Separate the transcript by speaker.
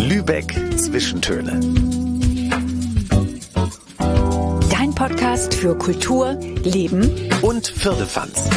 Speaker 1: Lübeck Zwischentöne.
Speaker 2: Dein Podcast für Kultur, Leben
Speaker 1: Und Firlefanz.